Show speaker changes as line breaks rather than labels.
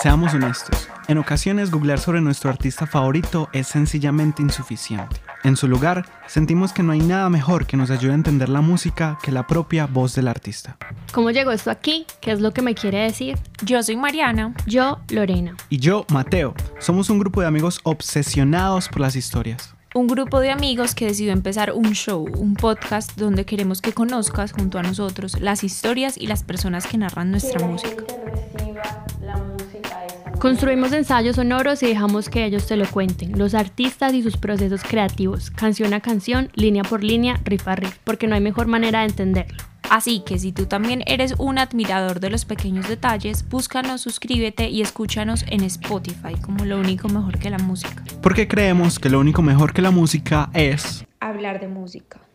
Seamos honestos, en ocasiones googlear sobre nuestro artista favorito es sencillamente insuficiente. En su lugar, sentimos que no hay nada mejor que nos ayude a entender la música que la propia voz del artista.
¿Cómo llegó esto aquí? ¿Qué es lo que me quiere decir?
Yo soy Mariana.
Yo, Lorena.
Y yo, Mateo, somos un grupo de amigos obsesionados por las historias.
Un grupo de amigos que decidió empezar un show, un podcast donde queremos que conozcas junto a nosotros las historias y las personas que narran nuestra música.
Construimos ensayos sonoros y dejamos que ellos te lo cuenten, los artistas y sus procesos creativos, canción a canción, línea por línea, riff a riff, porque no hay mejor manera de entenderlo.
Así que si tú también eres un admirador de los pequeños detalles, búscanos, suscríbete y escúchanos en Spotify como lo único mejor que la música.
Porque creemos que lo único mejor que la música es
Hablar de música.